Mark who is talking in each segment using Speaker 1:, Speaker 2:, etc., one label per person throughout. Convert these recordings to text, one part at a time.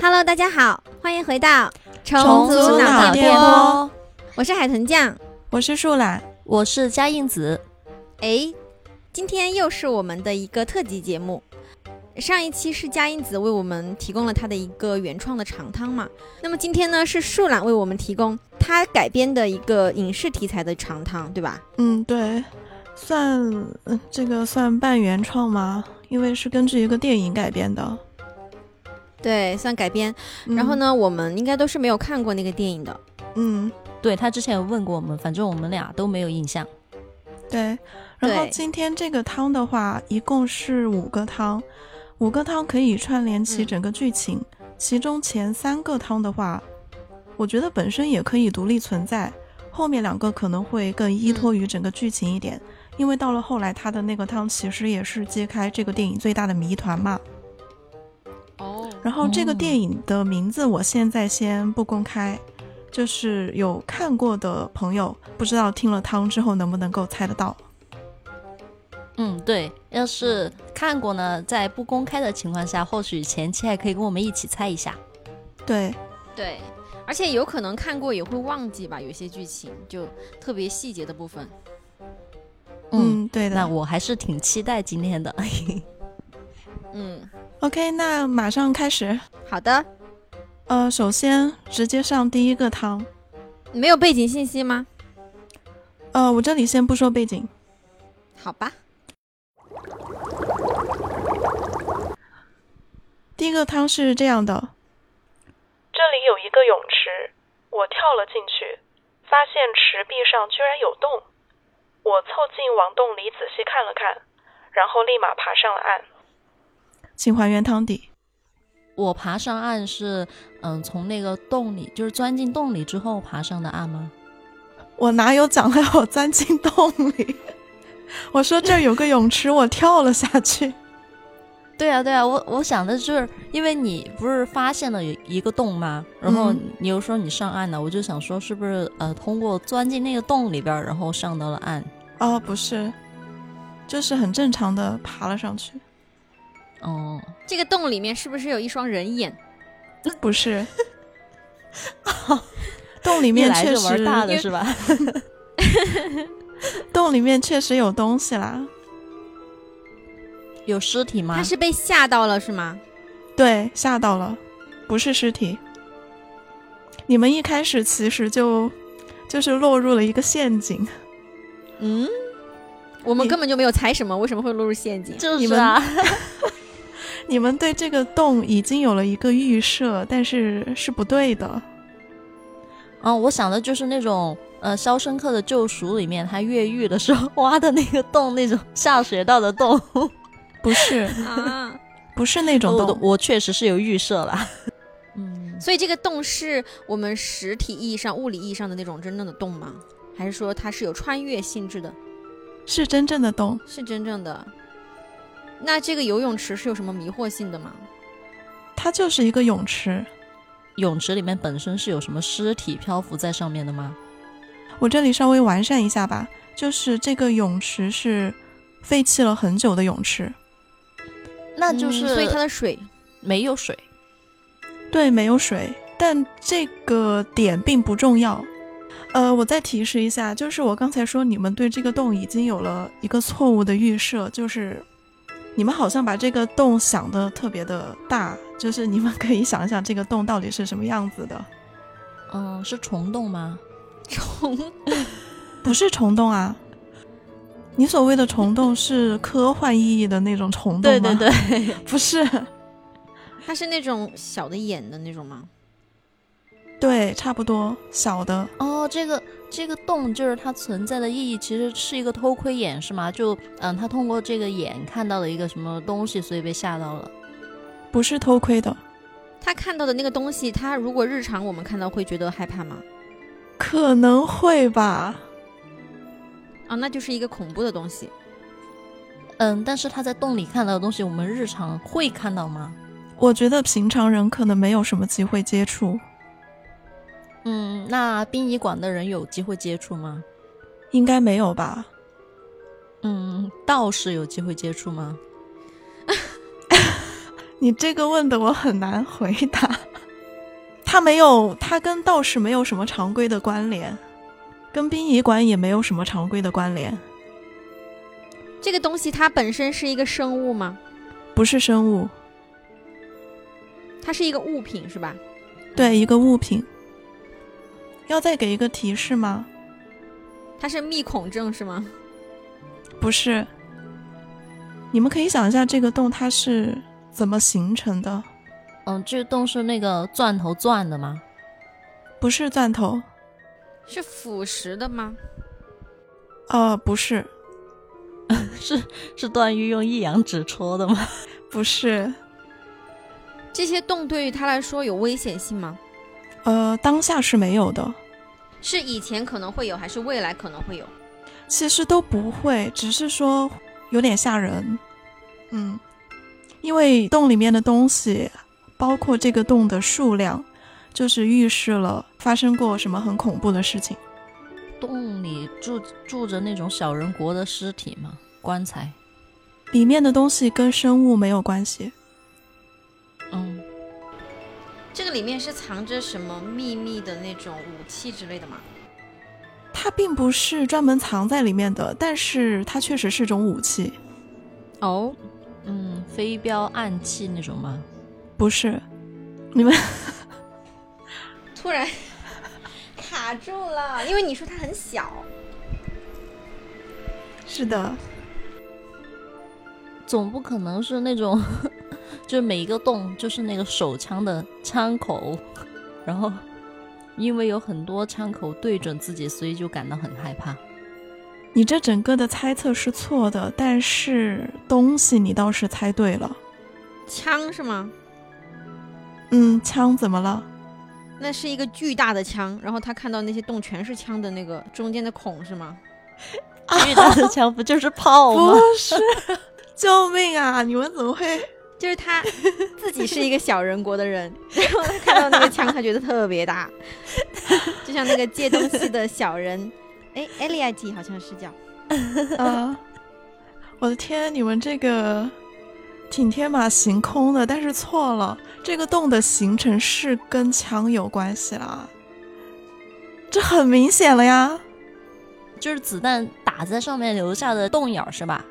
Speaker 1: Hello，大家好，欢迎回到
Speaker 2: 重
Speaker 1: 组
Speaker 2: 组
Speaker 1: 脑
Speaker 2: 脑
Speaker 1: 电
Speaker 2: 电
Speaker 1: 波，
Speaker 2: 波，
Speaker 1: 我是海豚酱。
Speaker 2: 我是树懒，
Speaker 3: 我是嘉应子，
Speaker 1: 哎，今天又是我们的一个特辑节目。上一期是佳音子为我们提供了他的一个原创的长汤嘛，那么今天呢是树懒为我们提供他改编的一个影视题材的长汤，对吧？
Speaker 2: 嗯，对，算嗯这个算半原创吗？因为是根据一个电影改编的。
Speaker 1: 对，算改编。
Speaker 2: 嗯
Speaker 1: 然后？呢，我们应该都是没有看过那个电影的。
Speaker 2: 嗯，
Speaker 3: 对他之前有问过我们，反正我们俩都没有印象。
Speaker 2: 对。然后
Speaker 1: 对
Speaker 2: 今天这个汤的话，一共是五个汤，五个汤可以串联起
Speaker 1: 嗯
Speaker 2: 整个剧情。其中前三个汤的话，我觉得本身也可以独立存在，后面两个可能会更依托
Speaker 1: 嗯
Speaker 2: 于整个剧情一点，因为到了后来，他的那个汤其实也是揭开这个电影最大的谜团嘛。
Speaker 1: 哦，
Speaker 2: 然后这个
Speaker 3: 哦
Speaker 2: 电影的名字我现在先不公开，就是有看过的朋友不知道听了汤之后能不能够猜得到。
Speaker 3: 嗯，对，要是看过呢，在不公开的情况下，或许前期还可以跟我们一起猜一下。
Speaker 2: 对，
Speaker 1: 对，而且有可能看过也会忘记吧，有些剧情就特别细节的部分。
Speaker 3: 嗯，
Speaker 2: 嗯，对
Speaker 3: 那
Speaker 2: 的。
Speaker 3: 我还是挺期待今天的。
Speaker 1: 嗯，
Speaker 2: OK，那马上开始。
Speaker 1: 好的，
Speaker 2: 呃，首先直接上第一个汤。
Speaker 1: 没有背景信息吗？
Speaker 2: 呃，我这里先不说背景，
Speaker 1: 好吧，
Speaker 2: 第一个汤是这样的，
Speaker 4: 这里有一个泳池，我跳了进去，发现池壁上居然有洞。我凑近往洞里仔细看了看，然后立马爬上了岸。
Speaker 2: 请还原汤底。
Speaker 3: 我爬上岸是，嗯，从那个洞里，就是钻进洞里之后爬上的岸吗？
Speaker 2: 我哪有讲到我钻进洞里？ 我说这儿有个泳池，我跳了下去。
Speaker 3: 对啊，对啊，我我想的是，因为你不是发现了有一个洞吗？然后
Speaker 2: 嗯
Speaker 3: 你又说你上岸了，我就想说是不是呃，通过钻进那个洞里边儿，然后上到了岸。
Speaker 2: 哦，不是，就是很正常的爬了上去。
Speaker 3: 哦、
Speaker 1: 这个洞里面是不是有一双人眼？
Speaker 2: 不是， 洞里面
Speaker 3: 一来
Speaker 2: 确
Speaker 3: 就
Speaker 2: 实
Speaker 3: 玩大的是吧？
Speaker 2: 洞里面确实有东西啦。
Speaker 3: 有尸体吗
Speaker 1: 他？是被吓到了是吗？
Speaker 2: 对，吓到了，不是尸体。你们一开始其实就就是落入了一个陷阱，
Speaker 1: 嗯，我们
Speaker 2: 你
Speaker 1: 根本就没有猜什么，为什么会落入陷阱？
Speaker 3: 就
Speaker 2: 你
Speaker 3: 是
Speaker 2: 们
Speaker 3: 啊，
Speaker 2: 你们对这个洞已经有了一个预设，但是是不对的。
Speaker 3: 嗯，我想的就是那种呃，《肖申克的救赎》里面他越狱的时候 挖的那个洞，那种下水道的洞。
Speaker 2: 不是，
Speaker 1: 啊，
Speaker 2: 不是那种
Speaker 3: 哦我的
Speaker 2: 洞，
Speaker 3: 我确实是有预设 啦。嗯，
Speaker 1: 所以这个洞是我们实体意义上、物理意义上的那种真正的洞吗？还是说它是有穿越性质的？
Speaker 2: 是真正的洞。
Speaker 1: 是真正的？那这个游泳池是有什么迷惑性的吗？
Speaker 2: 它就是一个泳池。
Speaker 3: 泳池里面本身是有什么尸体漂浮在上面的吗？
Speaker 2: 我这里稍微完善一下吧，就是这个泳池是废弃了很久的泳池，
Speaker 3: 那就是、
Speaker 1: 嗯所以它的水
Speaker 3: 没有水。
Speaker 2: 对，没有水，但这个点并不重要。呃，我再提示一下，就是我刚才说你们对这个洞已经有了一个错误的预设，就是你们好像把这个洞想的特别的大，就是你们可以想一想这个洞到底是什么样子的，
Speaker 3: 嗯，是虫洞吗？
Speaker 1: 虫
Speaker 2: 不是虫洞啊。你所谓的虫洞是科幻意义的那种虫洞
Speaker 3: 对
Speaker 2: 吗？
Speaker 3: 对对，
Speaker 2: 不是，
Speaker 1: 它是那种小的眼的那种吗？
Speaker 2: 对，差不多小的，
Speaker 3: 哦，这个这个洞就是它存在的意义，其实是一个偷窥眼，是吗？就嗯，他通过这个眼看到了一个什么东西，所以被吓到了。
Speaker 2: 不是偷窥的，
Speaker 1: 他看到的那个东西，他如果日常我们看到会觉得害怕吗？
Speaker 2: 可能会吧。
Speaker 1: 啊，那就是一个恐怖的东西。
Speaker 3: 嗯，但是他在洞里看到的东西，我们日常会看到吗？
Speaker 2: 我觉得平常人可能没有什么机会接触，
Speaker 3: 嗯，那殡仪馆的人有机会接触吗？
Speaker 2: 应该没有吧？
Speaker 3: 嗯，道士有机会接触吗？
Speaker 2: 你这个问的我很难回答。它没有，它跟道士没有什么常规的关联，跟殡仪馆也没有什么常规的关联，
Speaker 1: 这个东西它本身是一个生物吗？
Speaker 2: 不是生物，
Speaker 1: 它是一个物品是吧？
Speaker 2: 对，一个物品。要再给一个提示吗？
Speaker 1: 它是密孔症是吗？
Speaker 2: 不是。你们可以想一下这个洞它是怎么形成的？
Speaker 3: 嗯，这个洞是那个钻头钻的吗？
Speaker 2: 不是钻头，
Speaker 1: 是腐蚀的吗？
Speaker 2: 呃，不是，
Speaker 3: 是是段誉用一阳指戳的吗？
Speaker 2: 不是，
Speaker 1: 这些洞对于它来说有危险性吗？
Speaker 2: 呃，当下是没有的，
Speaker 1: 是以前可能会有，还是未来可能会有？
Speaker 2: 其实都不会，只是说有点吓人。嗯，因为洞里面的东西，包括这个洞的数量，就是预示了发生过什么很恐怖的事情。
Speaker 3: 洞里住住着那种小人国的尸体吗？棺材？
Speaker 2: 里面的东西跟生物没有关系，
Speaker 3: 嗯，
Speaker 1: 这个里面是藏着什么秘密的那种武器之类的吗？
Speaker 2: 它并不是专门藏在里面的，但是它确实是种武器，
Speaker 1: 哦，
Speaker 3: 嗯，飞镖、暗器那种吗？
Speaker 2: 不是？你们
Speaker 1: 突 然卡住了，因为你说它很小，
Speaker 2: 是的，
Speaker 3: 总不可能是那种， 就每一个洞就是那个手枪的枪口，然后因为有很多枪口对准自己，所以就感到很害 怕。
Speaker 2: 你这整个的猜测是错的，但是东西你倒是猜对了。
Speaker 1: 枪是吗？
Speaker 2: 嗯，枪怎么了？
Speaker 1: 那是一个巨大的枪，然后他看到那些洞全是枪的那个中间的孔是吗？
Speaker 3: 巨大的枪不就是炮哦吗？
Speaker 2: 是， 救命啊！你们怎么会？
Speaker 1: 就是 他自己是一个小人国的人， 然后他看到那个枪，他觉得特别 大，就像那个借东西的小人，哎，Elliot 好像是叫，
Speaker 2: 啊！我的天，你们这个挺天马行空的，但是错了。这个洞的形成是跟墙有关系啦，这很明显了呀。
Speaker 3: 就是子弹打在上面留下的洞眼儿是吧？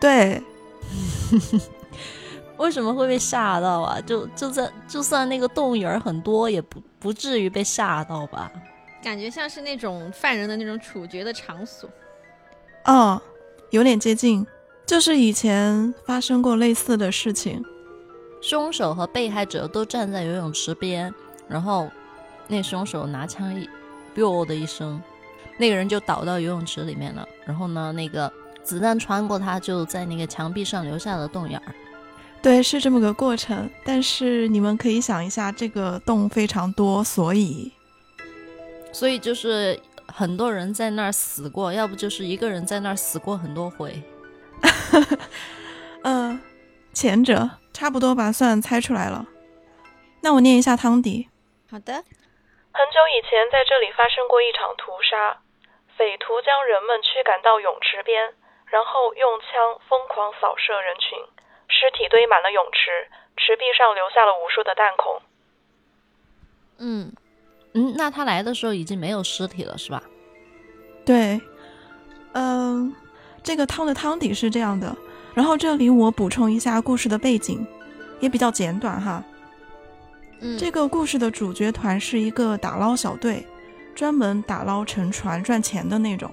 Speaker 2: 对，
Speaker 3: 为什么会被吓到啊？就就在就算那个洞眼儿很多，也不不至于被吓到吧？
Speaker 1: 感觉像是那种犯人的那种处决的场所。
Speaker 2: 嗯，有点接近，就是以前发生过类似的事情。
Speaker 3: 凶手和被害者都站在游泳池边，然后那凶手拿枪一“哟”的一声，那个人就倒到游泳池里面了。然后呢，那个子弹穿过他，就在那个墙壁上留下了洞眼儿。
Speaker 2: 对，是这么个过程。但是你们可以想一下，这个洞非常多，所以
Speaker 3: 所以就是很多人在那儿死过，要不就是一个人在那儿死过很多回。
Speaker 4: 嗯
Speaker 2: 呃，前者差不多吧，算猜出来了。那我念一下汤底。
Speaker 1: 好的，
Speaker 4: 很久以前，在这里发生过一场屠杀，匪徒将人们驱赶到泳池边，然后用枪疯狂扫射人群，尸体堆满了泳池，池壁上留下了无数的弹孔。
Speaker 1: 嗯，
Speaker 3: 嗯，那他来的时候已经没有尸体了，是吧？
Speaker 2: 对，嗯、这个汤的汤底是这样的。然后这里我补充一下故事的背景，也比较简短哈。
Speaker 1: 嗯
Speaker 2: 这个故事的主角团是一个打捞小队，专门打捞沉船赚钱的那种。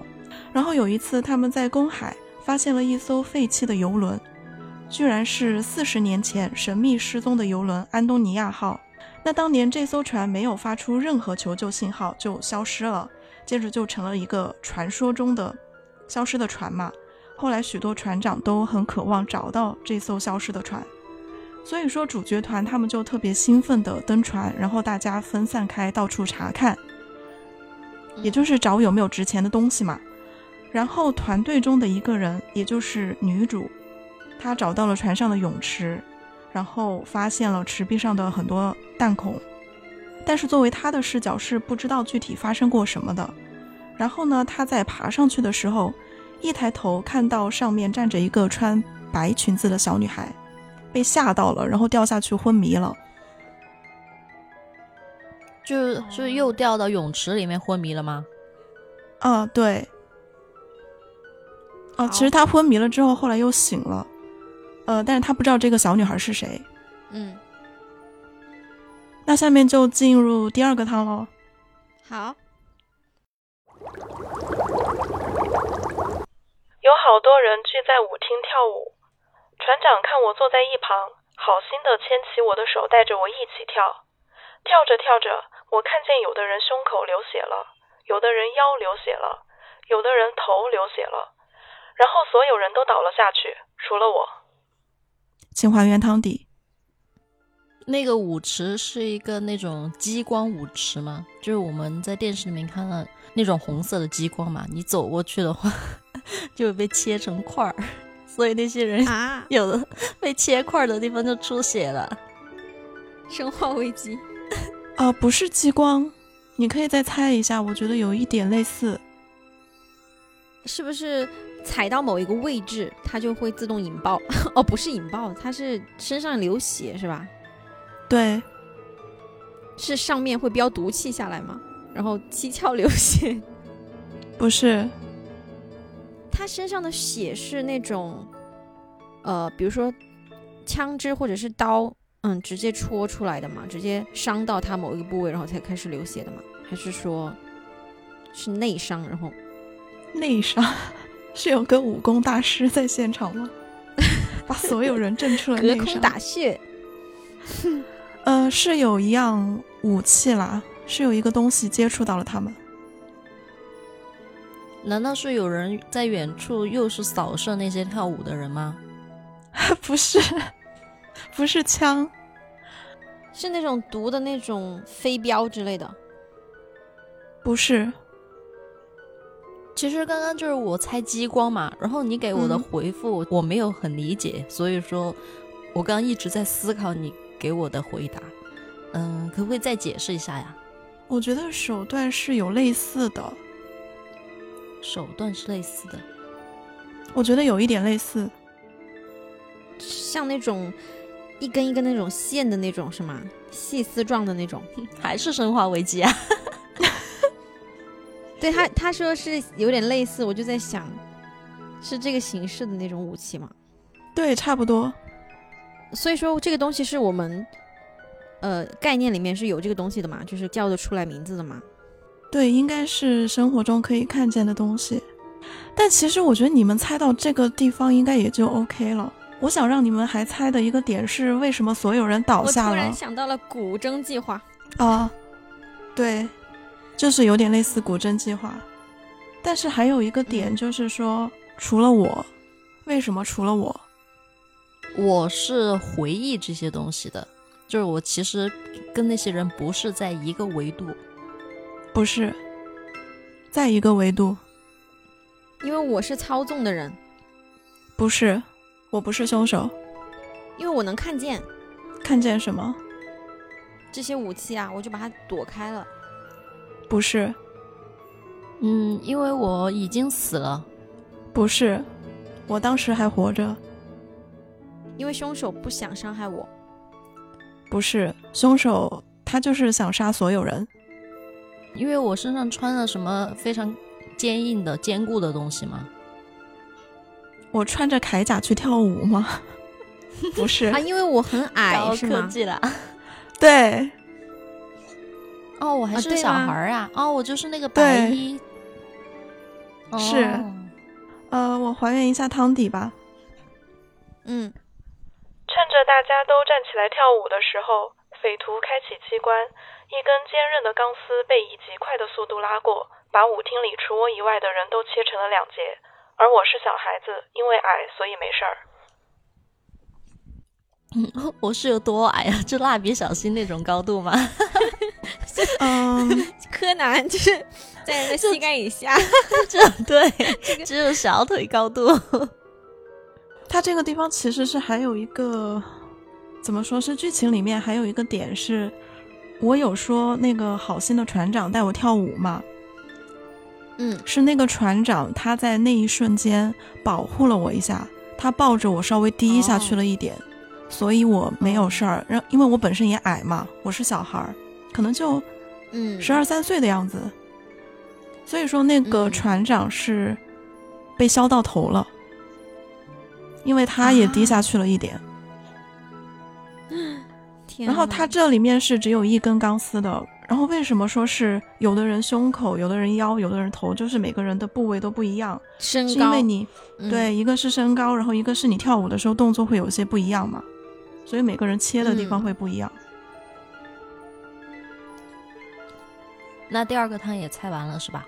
Speaker 2: 然后有一次，他们在公海发现了一艘废弃的游轮，居然是四十年前神秘失踪的游轮“安东尼亚号”。那当年这艘船没有发出任何求救信号，就消失了，接着就成了一个传说中的消失的船嘛。后来许多船长都很渴望找到这艘消失的船，所以说主角团他们就特别兴奋地登船，然后大家分散开到处查看，也就是找有没有值钱的东西嘛。然后团队中的一个人，也就是女主，她找到了船上的泳池，然后发现了池壁上的很多弹孔，但是作为她的视角是不知道具体发生过什么的。然后呢，她在爬上去的时候，一抬头看到上面站着一个穿白裙子的小女孩，被吓到了，然后掉下去昏迷了。
Speaker 3: 就是又掉到泳池里面昏迷了吗？
Speaker 2: 啊，对。哦、其实他昏迷了之后，后来又醒了，呃，但是他不知道这个小女孩是谁。
Speaker 1: 嗯，
Speaker 2: 那下面就进入第二个汤喽。
Speaker 1: 好，
Speaker 4: 有好多人聚在舞厅跳舞，船长看我坐在一旁，好心的牵起我的手，带着我一起跳。跳着跳着，我看见有的人胸口流血了，有的人腰流血了，有的人头流血了，然后所有人都倒了下去，除了我。
Speaker 2: 请还原汤底。
Speaker 3: 那个舞池是一个那种激光舞池吗？就是我们在电视里面看到那种红色的激光嘛，你走过去的话 就会被切成块儿，所以那些人
Speaker 1: 啊，
Speaker 3: 有的被切块儿的地方就出血了。
Speaker 1: 生化危机，
Speaker 2: 啊、不是激光，你可以再猜一下，我觉得有一点类似。
Speaker 1: 是不是踩到某一个位置，它就会自动引爆？ 哦，不是引爆，它是身上流血是吧？
Speaker 2: 对，
Speaker 1: 是上面会飙毒气下来吗？然后七窍流血，
Speaker 2: 不是，
Speaker 1: 他身上的血是那种，呃，比如说枪支或者是刀，嗯，直接戳出来的嘛，直接伤到他某一个部位，然后才开始流血的嘛？还是说是内伤，然后
Speaker 2: 内伤是有个武功大师在现场吗？把所有人震出了
Speaker 1: 隔
Speaker 2: 内
Speaker 1: 空
Speaker 2: 伤。
Speaker 1: 打血？
Speaker 2: 呃，是有一样武器啦，是有一个东西接触到了他们。
Speaker 3: 难道是有人在远处又是扫射那些跳舞的人吗？
Speaker 2: 不是，不是枪，
Speaker 1: 是那种毒的那种飞镖之类的？
Speaker 2: 不是，
Speaker 3: 其实刚刚就是我猜激光嘛，然后你给我的
Speaker 2: 嗯
Speaker 3: 回复我没有很理解，所以说我刚刚一直在思考你给我的回答。嗯，可不可以再解释一下呀？
Speaker 2: 我觉得手段是有类似的，
Speaker 3: 手段是类似的，
Speaker 2: 我觉得有一点类似。
Speaker 1: 像那种一根一根那种线的那种是吗？细丝状的那种？
Speaker 3: 还是生化危机啊？
Speaker 1: 对他他说是有点类似，我就在想，是这个形式的那种武器吗？
Speaker 2: 对，差不多。
Speaker 1: 所以说这个东西是我们呃概念里面是有这个东西的嘛，就是叫得出来名字的嘛。
Speaker 2: 对，应该是生活中可以看见的东西。但其实我觉得你们猜到这个地方应该也就 OK 了。我想让你们还猜的一个点是，为什么所有人啊倒
Speaker 1: 我
Speaker 2: 下
Speaker 1: 突
Speaker 2: 了
Speaker 1: 然想到了古筝计划，
Speaker 2: 啊？对，就是有点类似古筝计划。但是还有一个
Speaker 1: 嗯
Speaker 2: 点就是说，除了我，为什么除了我？
Speaker 3: 我是回忆这些东西的，就是我其实跟那些人不是在一个维度。
Speaker 2: 不是，在一个维度，
Speaker 1: 因为我是操纵的人，
Speaker 2: 不是，我不是凶手。
Speaker 1: 因为我能看见
Speaker 2: 看见什么？
Speaker 1: 这些武器啊，我就把它躲开了。
Speaker 2: 不是，
Speaker 3: 嗯，因为我已经死了。
Speaker 2: 不是，我当时还活着。
Speaker 1: 因为凶手不想伤害 我，
Speaker 2: 不是，凶手他就是想杀所有人。
Speaker 3: 因为我身上穿了什么非常坚硬的、坚固的东西吗？
Speaker 2: 我穿着铠甲去跳舞吗？ 不是
Speaker 1: 啊，，因为我很矮
Speaker 3: 高
Speaker 1: 是
Speaker 3: 科
Speaker 1: 吗？
Speaker 3: 技了。
Speaker 2: 对
Speaker 3: 哦，我还
Speaker 1: 啊
Speaker 3: 是
Speaker 1: 对
Speaker 3: 小
Speaker 1: 吗
Speaker 3: 孩儿啊！哦，我就是那个白
Speaker 2: 对
Speaker 3: 衣。
Speaker 2: 是
Speaker 3: 哦
Speaker 2: 呃，我还原一下汤底吧。
Speaker 1: 嗯，
Speaker 4: 趁着大家都站起来跳舞的时候，匪徒开启机关，一根坚韧的钢丝被以极快的速度拉过，把舞厅里除我以外的人都切成了两截。而我是小孩子，因为矮，所以没事儿。
Speaker 3: 我是有多矮啊？就蜡笔小新那种高度吗？
Speaker 2: 嗯，
Speaker 1: 柯南就是在人的膝盖以 下，
Speaker 3: 这对，只有小腿高度。
Speaker 2: 他这个地方其实是还有一个，怎么说是剧情里面还有一个点是，我有说那个好心的船长带我跳舞嘛，
Speaker 1: 嗯，
Speaker 2: 是那个船长他在那一瞬间保护了我一下，他抱着我稍微低下
Speaker 1: 哦
Speaker 2: 去了一点，所以我没有事儿。然后因为我本身也矮嘛，我是小孩儿，可能就
Speaker 1: 嗯，
Speaker 2: 十二三岁的样子。所以说，那个
Speaker 1: 嗯
Speaker 2: 船长是被削到头了，因为他也低
Speaker 1: 啊
Speaker 2: 下去了一点。
Speaker 1: 天啊呐，
Speaker 2: 然后它这里面是只有一根钢丝的。然后为什么说是有的人胸口，有的人腰，有的人头，就是每个人的部位都不一样，
Speaker 1: 身
Speaker 2: 是
Speaker 1: 高，
Speaker 2: 因为你
Speaker 1: 嗯
Speaker 2: 对，一个是身高，然后一个是你跳舞的时候动作会有些不一样嘛，所以每个人切的地方
Speaker 1: 嗯
Speaker 2: 会不一样。
Speaker 3: 那第二个汤也猜完了是吧？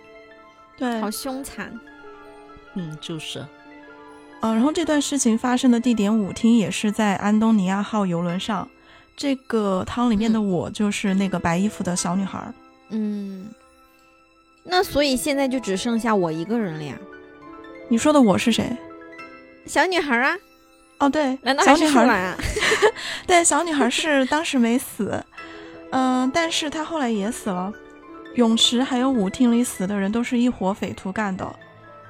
Speaker 2: 对
Speaker 1: 好，凶残，
Speaker 3: 嗯，就是。
Speaker 2: 呃，然后这段事情发生的地点舞厅也是在安东尼亚号游轮上。这个汤里面的我就是那个白衣服的小女孩儿，
Speaker 1: 嗯。那所以现在就只剩下我一个人了呀，
Speaker 2: 你说的我是谁？
Speaker 1: 小女孩啊，
Speaker 2: 哦，对，
Speaker 1: 难道
Speaker 2: 小
Speaker 1: 还
Speaker 2: 女
Speaker 1: 是树
Speaker 2: 孩儿
Speaker 1: 懒啊？
Speaker 2: 对，小女孩是当时没死，嗯、但是她后来也死了。泳池还有舞厅里死的人都是一伙匪徒干的，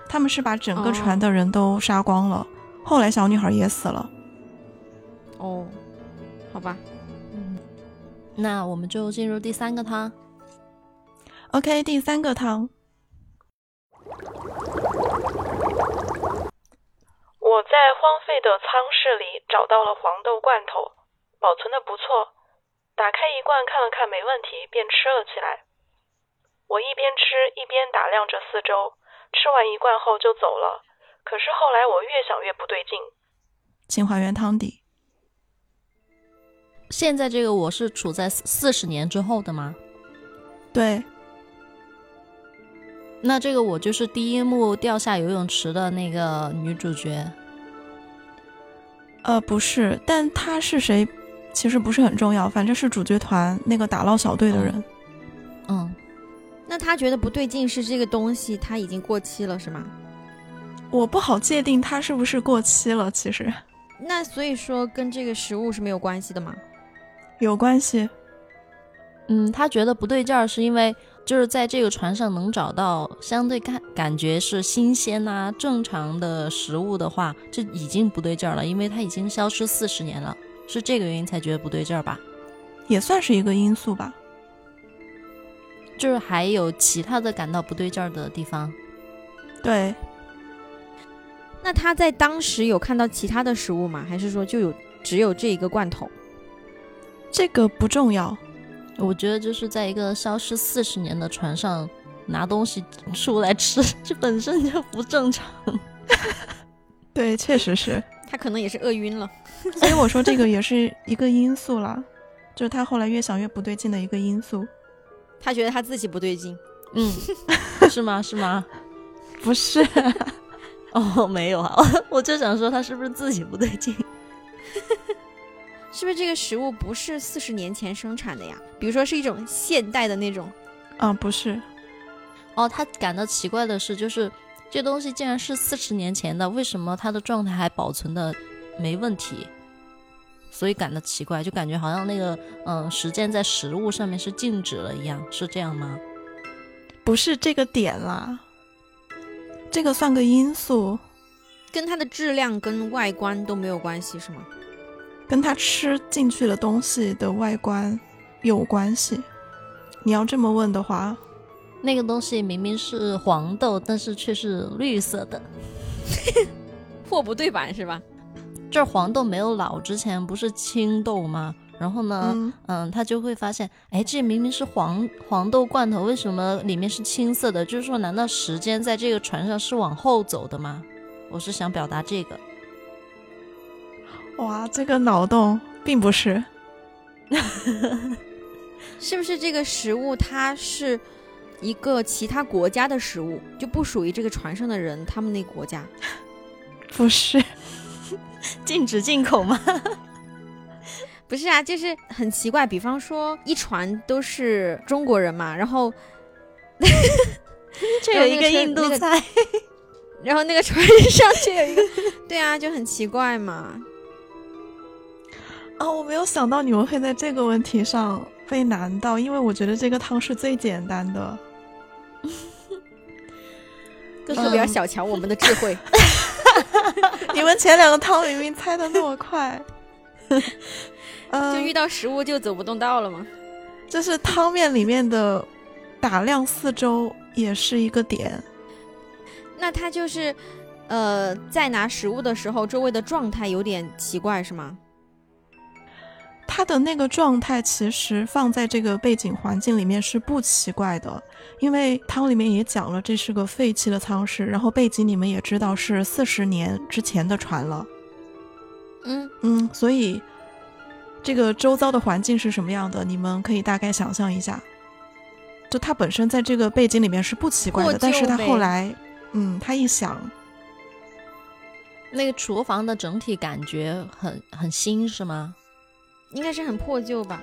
Speaker 2: 他们是把整个船的人都杀光了。后来小女孩也死了。
Speaker 1: 哦，好吧，
Speaker 3: 那我们就进入第三个汤，
Speaker 2: OK，第三个汤，
Speaker 4: 我在荒废的仓室里找到了黄豆罐头，保存的不错。打开一罐看了看没问题，便吃了起来。我一边吃一边打量着四周，吃完一罐后就走了。可是后来我越想越不对劲，
Speaker 2: 请还原汤底。
Speaker 3: 现在这个我是处在四十年之后的吗？
Speaker 2: 对，
Speaker 3: 那这个我就是第一幕掉下游泳池的那个女主角，
Speaker 2: 呃，不是，但她是谁，其实不是很重要，反正是主角团那个打捞小队的人。
Speaker 3: 嗯，
Speaker 1: 那他觉得不对劲是这个东西它已经过期了是吗？
Speaker 2: 我不好界定她是不是过期了，其实
Speaker 1: 那所以说跟这个食物是没有关系的吗？
Speaker 2: 有关系。
Speaker 3: 嗯，他觉得不对劲儿，是因为就是在这个船上能找到相对感感觉是新鲜呐、正常的食物的话，这已经不对劲儿了，因为它已经消失四十年了，是这个原因才觉得不对劲儿吧？
Speaker 2: 也算是一个因素吧。
Speaker 3: 就是还有其他的感到不对劲儿的地方，
Speaker 2: 对，
Speaker 1: 那他在当时有看到其他的食物吗？还是说就有只有这一个罐头？
Speaker 2: 这个不重要。
Speaker 3: 我觉得就是在一个消失四十年的船上拿东西出来吃，这本身就不正常。
Speaker 2: 对，确实是。
Speaker 1: 他可能也是饿晕了。
Speaker 2: 所以我说这个也是一个因素啦，就是他后来越想越不对劲的一个因素。
Speaker 1: 他觉得他自己不对劲。
Speaker 3: 嗯， 是吗？是 吗？
Speaker 2: 不是，
Speaker 3: 哦，没有啊，我就想说他是不是自己不对劲？
Speaker 1: 是不是这个食物不是四十年前生产的呀？比如说是一种现代的那种，
Speaker 2: 啊，不是，
Speaker 3: 哦，他感到奇怪的是，就是这东西竟然是四十年前的，为什么它的状态还保存的没问题？所以感到奇怪，就感觉好像那个嗯，时间在食物上面是静止了一样，是这样吗？
Speaker 2: 不是这个点啦。这个算个因素，
Speaker 1: 跟它的质量跟外观都没有关系是吗？
Speaker 2: 跟他吃进去的东西的外观有关系。你要这么问的话，
Speaker 3: 那个东西明明是黄豆，但是却是绿色的。
Speaker 1: 货不对版是吧？
Speaker 3: 这儿黄豆没有老之前不是青豆吗？然后呢，
Speaker 2: 嗯，
Speaker 3: 嗯，他就会发现，哎，这明明是黄黄豆罐头，为什么里面是青色的？就是说，难道时间在这个船上是往后走的吗？我是想表达这个。
Speaker 2: 哇，这个脑洞并不是，
Speaker 1: 是不是这个食物它是一个其他国家的食物，就不属于这个船上的人他们那国家？
Speaker 2: 不是，
Speaker 3: 禁止进口吗？
Speaker 1: 不是啊，就是很奇怪。比方说，一船都是中国人嘛，然 后
Speaker 3: 这
Speaker 1: 有一个印度
Speaker 3: 菜，
Speaker 1: 然后那个船上却有一个， 嗯对啊，就很奇怪嘛。
Speaker 2: 啊、我没有想到你们会在这个问题上被难到，因为我觉得这个汤是最简单的。
Speaker 1: 你可不要小瞧我们的智 慧。
Speaker 2: 你们前两个汤明明猜的那么快，呃
Speaker 1: 就遇到食物就走不动道了吗？
Speaker 2: 就是汤面里面的打量四周也是一个点。
Speaker 1: 那他就是，呃，在拿食物的时候，周围的状态有点奇怪，是吗？
Speaker 2: 他的那个状态其实放在这个背景环境里面是不奇怪的，因为汤里面也讲了这是个废弃的仓室，然后背景你们也知道是四十年之前的船了。
Speaker 1: 嗯，
Speaker 2: 嗯，所以这个周遭的环境是什么样的，你们可以大概想象一下。就它本身在这个背景里面是不奇怪
Speaker 1: 破
Speaker 2: 的，但是
Speaker 1: 旧
Speaker 2: 它
Speaker 1: 呗
Speaker 2: 后来，嗯，他一想，
Speaker 3: 那个厨房的整体感觉很很新是吗？
Speaker 1: 应该是很破旧吧？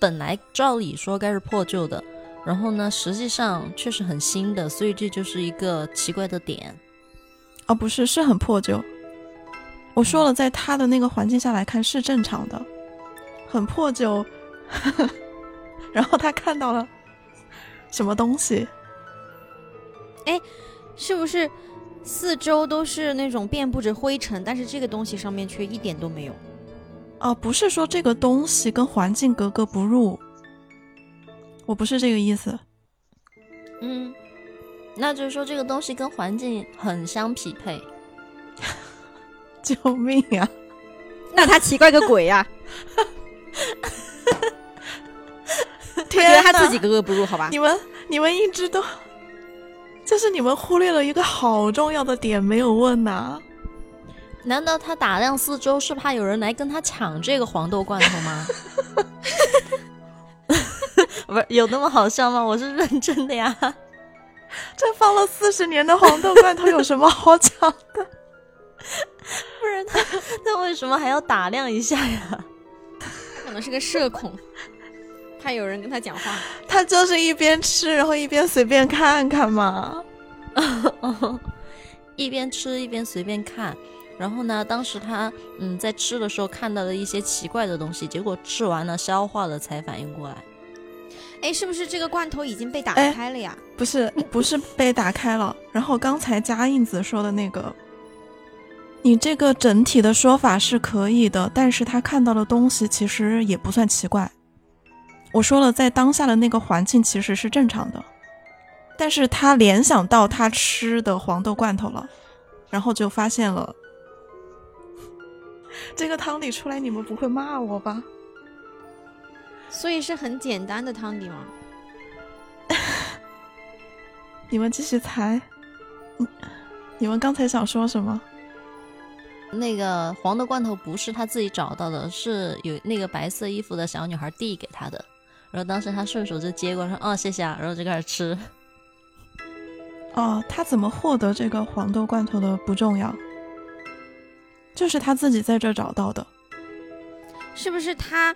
Speaker 3: 本来照理说该是破旧的，然后呢，实际上却是很新的，所以这就是一个奇怪的点。
Speaker 2: 哦，不是，是很破旧。我说了，在他的那个环境下来看是正常的，很破旧。 然后他看到了什么东西？
Speaker 1: 是不是四周都是那种遍布着灰尘，但是这个东西上面却一点都没有？
Speaker 2: 哦，不是说这个东西跟环境格格不入，我不是这个意思。
Speaker 3: 嗯，那就是说这个东西跟环境很相匹配。
Speaker 2: 救命啊！
Speaker 1: 那他奇怪个鬼呀、
Speaker 2: 天
Speaker 1: 觉得他
Speaker 2: 呐
Speaker 1: 自己格格不入，好吧
Speaker 2: 你？们你们一直都，就是你们忽略了一个好重要的点没有问呐、
Speaker 3: 难道他打量四周是怕有人来跟他抢这个黄豆罐头吗？ 不是有那么好笑吗？我是认真的呀。
Speaker 2: 这放了四十年的黄豆罐头有什么好讲？
Speaker 3: 不然他他为什么还要打量一下呀？
Speaker 1: 他可能是个社恐，怕有人跟他讲话。
Speaker 2: 他就是一边吃，然后一边随便看看嘛。
Speaker 3: 一边吃一边随便看，然后呢，当时他嗯在吃的时候看到了一些奇怪的东西，结果吃完了消化了才反应过来。
Speaker 1: 哎，是不是这个罐头已经被打
Speaker 2: 哎
Speaker 1: 开了呀？
Speaker 2: 不是，不是被打开了。然后刚才佳印子说的那个，你这个整体的说法是可以的，但是他看到的东西其实也不算奇怪。我说了，在当下的那个环境其实是正常的，但是他联想到他吃的黄豆罐头了，然后就发现了。这个汤底出来，你们不会骂我吧？
Speaker 1: 所以是很简单的汤底吗？
Speaker 2: 你们继续猜。你你们刚才想说什么？
Speaker 3: 那个黄的罐头不是他自己找到的，是有那个白色衣服的小女孩递给他的。然后当时他顺手就接过来，说：“哦，谢谢啊。”然后就开始吃。
Speaker 2: 哦，他怎么获得这个黄豆罐头的不重要，就是他自己在这找到的。
Speaker 1: 是不是他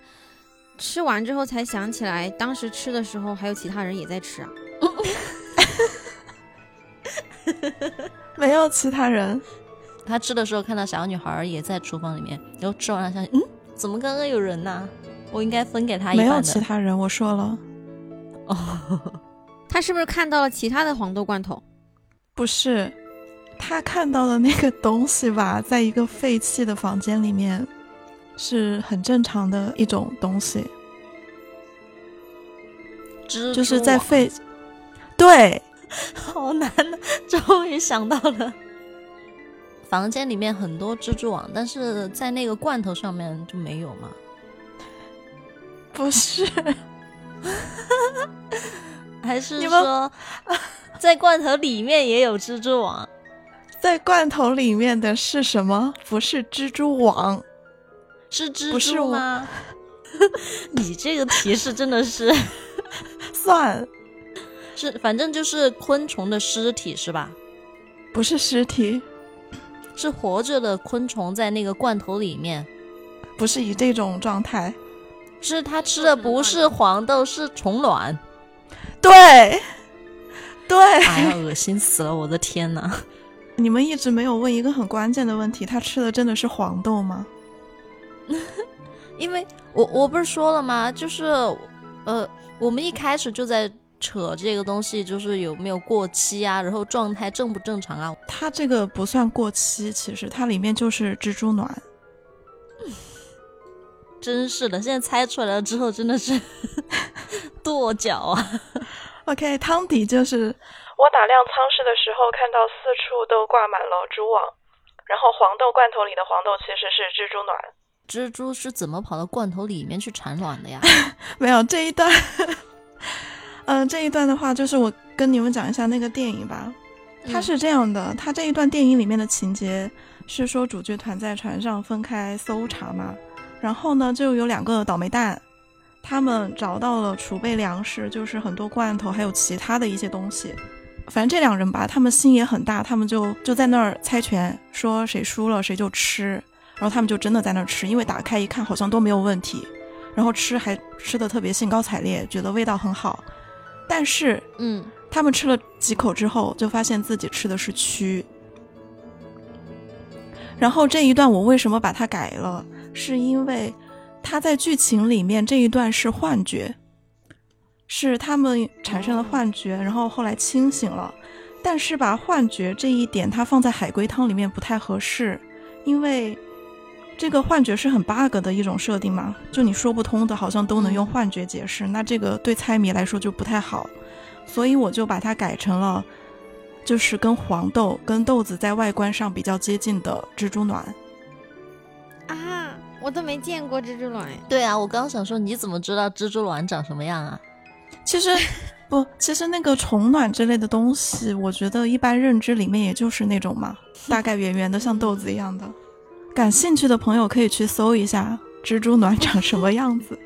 Speaker 1: 吃完之后才想起来，当时吃的时候还有其他人也在吃啊？
Speaker 2: 没有其他人，
Speaker 3: 他吃的时候看到小女孩也在厨房里面，然后吃完了想，嗯，怎么刚刚有人呐？我应该分给他一
Speaker 2: 没有
Speaker 3: 半
Speaker 2: 其
Speaker 3: 的。
Speaker 2: 他人，我说了，
Speaker 3: 哦，
Speaker 1: 他是不是看到了其他的黄豆罐头？
Speaker 2: 不是，他看到的那个东西吧，在一个废弃的房间里面，是很正常的一种东西，
Speaker 3: 蜘
Speaker 2: 就是
Speaker 3: 蛛
Speaker 2: 在
Speaker 3: 网
Speaker 2: 废，对，
Speaker 3: 好难的，终于想到了。房间里面很多蜘蛛网，但是在那个罐头上面就没有嘛。
Speaker 2: 不是，
Speaker 3: 还是
Speaker 2: 你们
Speaker 3: 说，在罐头里面也有蜘蛛网？
Speaker 2: 在罐头里面的是什么？不是蜘蛛网，
Speaker 3: 是蜘
Speaker 2: 不是
Speaker 3: 蛛
Speaker 2: 我
Speaker 3: 吗？ 你这个提示真的是
Speaker 2: 算
Speaker 3: 是，反正就是昆虫的尸体是吧？
Speaker 2: 不是尸体，
Speaker 3: 是活着的昆虫在那个罐头里面。
Speaker 2: 不是以这种状态，
Speaker 3: 是它吃的不是黄豆，是虫卵。
Speaker 2: 对，对。
Speaker 3: 哎呀，恶心死了！我的天哪！
Speaker 2: 你们一直没有问一个很关键的问题：他吃的真的是黄豆吗？
Speaker 3: 因为我我不是说了吗？就是呃，我们一开始就在扯这个东西，就是有没有过期啊，然后状态正不正常啊。
Speaker 2: 它这个不算过期，其实它里面就是蜘蛛卵。
Speaker 3: 真是的，现在猜出来了之后真的是 跺脚啊！
Speaker 2: OK，汤底就是
Speaker 4: 我打量舱室的时候，看到四处都挂满了蛛网，然后黄豆罐头里的黄豆其实是蜘蛛卵。
Speaker 3: 蜘蛛是怎么跑到罐头里面去产卵的呀？
Speaker 2: 没有这一段。 嗯，这一段的话，就是我跟你们讲一下那个电影吧。它
Speaker 3: 嗯
Speaker 2: 是这样的，它这一段电影里面的情节是说主角团在船上分开搜查嘛，然后呢就有两个倒霉蛋，他们找到了储备粮食，就是很多罐头还有其他的一些东西。反正这两人吧，他们心也很大，他们就就在那儿猜拳，说谁输了谁就吃，然后他们就真的在那儿吃，因为打开一看好像都没有问题，然后吃还吃的特别兴高采烈，觉得味道很好，但是
Speaker 1: 嗯，
Speaker 2: 他们吃了几口之后，就发现自己吃的是蛆。然后这一段我为什么把它改了，是因为它在剧情里面这一段是幻觉，是他们产生了幻觉，然后后来清醒了。但是把幻觉这一点它放在海龟汤里面不太合适，因为这个幻觉是很 bug 的一种设定嘛，就你说不通的，好像都能用幻觉解释，那这个对猜谜来说就不太好。所以我就把它改成了，就是跟黄豆、跟豆子在外观上比较接近的蜘蛛卵。
Speaker 1: 啊，我都没见过蜘蛛卵哎。
Speaker 3: 对啊，我刚想说，你怎么知道蜘蛛卵长什么样啊？
Speaker 2: 其实不，其实那个虫卵之类的东西，我觉得一般认知里面也就是那种嘛，大概圆圆的，像豆子一样的。感兴趣的朋友可以去搜一下蜘蛛卵长什么样子。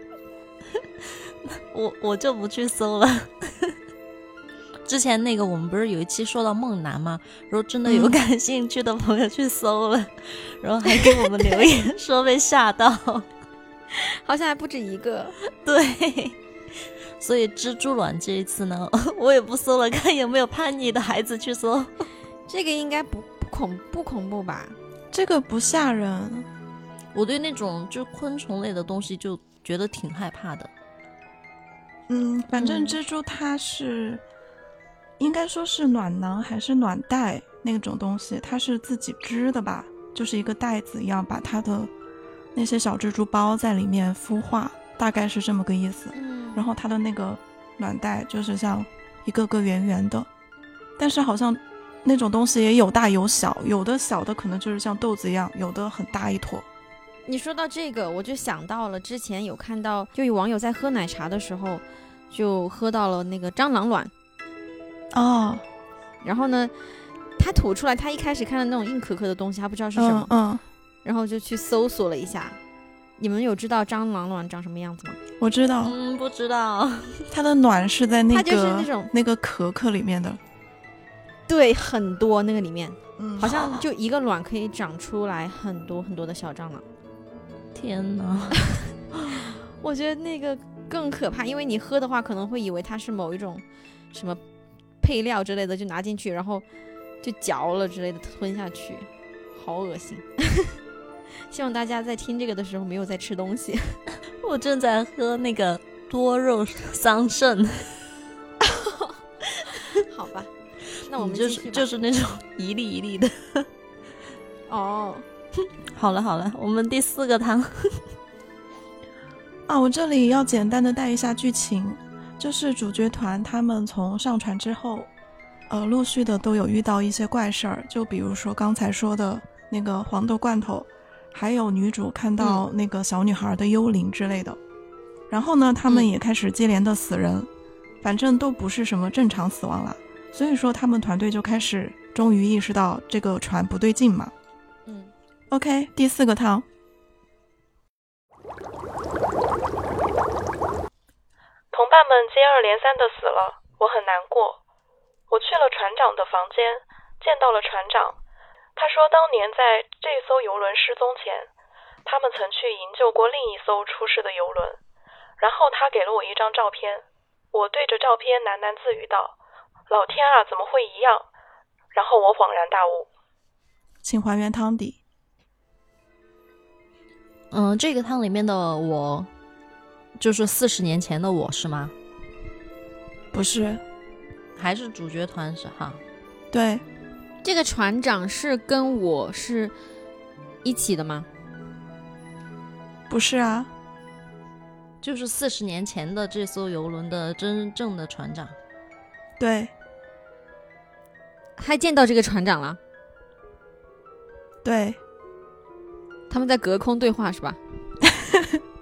Speaker 3: 我我就不去搜了。 之前那个我们不是有一期说到梦男吗？如果真的有
Speaker 2: 嗯
Speaker 3: 感兴趣的朋友去搜了，然后还给我们留言说被吓到。
Speaker 1: 好像还不止一个。
Speaker 3: 对，所以蜘蛛卵这一次呢，我也不搜了，看有没有叛逆的孩子去搜。
Speaker 1: 这个应该不不恐不恐怖吧？
Speaker 2: 这个不吓人，
Speaker 3: 我对那种就昆虫类的东西就觉得挺害怕的。
Speaker 2: 嗯，反正
Speaker 3: 嗯
Speaker 2: 蜘蛛它是，应该说是暖囊还是暖袋那种东西，它是自己织的吧，就是一个袋子一样，把它的那些小蜘蛛包在里面孵化，大概是这么个意思。
Speaker 1: 嗯
Speaker 2: 然后它的那个暖袋就是像一个个圆圆的，但是好像那种东西也有大有小，有的小的可能就是像豆子一样，有的很大一坨。
Speaker 1: 你说到这个，我就想到了之前有看到，就有网友在喝奶茶的时候，就喝到了那个蟑螂卵，
Speaker 2: 哦，
Speaker 1: 然后呢，他吐出来，他一开始看到那种硬壳壳的东西，他不知道是什么
Speaker 2: 嗯，嗯，
Speaker 1: 然后就去搜索了一下。你们有知道蟑螂卵长什么样子吗？
Speaker 2: 我知道，
Speaker 3: 嗯，不知道。
Speaker 2: 它的卵是在那
Speaker 1: 它
Speaker 2: 个
Speaker 1: 就是那种
Speaker 2: 那个壳壳里面的，
Speaker 1: 对，很多那个里面，
Speaker 2: 嗯
Speaker 1: 好像就一个卵可以长出来很多很多的小蟑螂。
Speaker 3: 天哪！
Speaker 1: 我觉得那个更可怕，因为你喝的话可能会以为它是某一种什么配料之类的，就拿进去，然后就嚼了之类的吞下去，好恶心。 希望大家在听这个的时候没有在吃东西。
Speaker 3: 我正在喝那个多肉桑葚，
Speaker 1: 好吧，那我们
Speaker 3: 就
Speaker 1: 继续
Speaker 3: 是
Speaker 1: 吧
Speaker 3: 就是那种一粒一粒的。
Speaker 1: 哦，
Speaker 3: 好了好了，我们第四个汤，
Speaker 2: 啊，我这里要简单的带一下剧情，就是主角团他们从上船之后，呃，陆续的都有遇到一些怪事儿，就比如说刚才说的那个黄豆罐头，还有女主看到那个小女孩的幽灵之类的。然后呢，他们
Speaker 3: 嗯
Speaker 2: 也开始接连的死人，反正都不是什么正常死亡啦。所以说，他们团队就开始终于意识到这个船不对劲嘛。
Speaker 1: 嗯，
Speaker 2: OK，第四个汤。
Speaker 4: 同伴们接二连三的死了，我很难过。我去了船长的房间，见到了船长。他说，当年在这艘游轮失踪前，他们曾去营救过另一艘出事的游轮。然后他给了我一张照片，我对着照片喃喃自语道：“老天啊，怎么会一样？”然后我恍然大悟，
Speaker 2: 请还原汤底。
Speaker 3: 嗯，这个汤里面的我，就是四十年前的我是吗？
Speaker 2: 不是，
Speaker 3: 还是主角团是哈？
Speaker 2: 对，
Speaker 1: 这个船长是跟我是一起的吗？
Speaker 2: 不是啊，
Speaker 3: 就是四十年前的这艘游轮的真正的船长。
Speaker 2: 对
Speaker 1: 还见到这个船长了，
Speaker 2: 对，
Speaker 1: 他们在隔空对话是吧？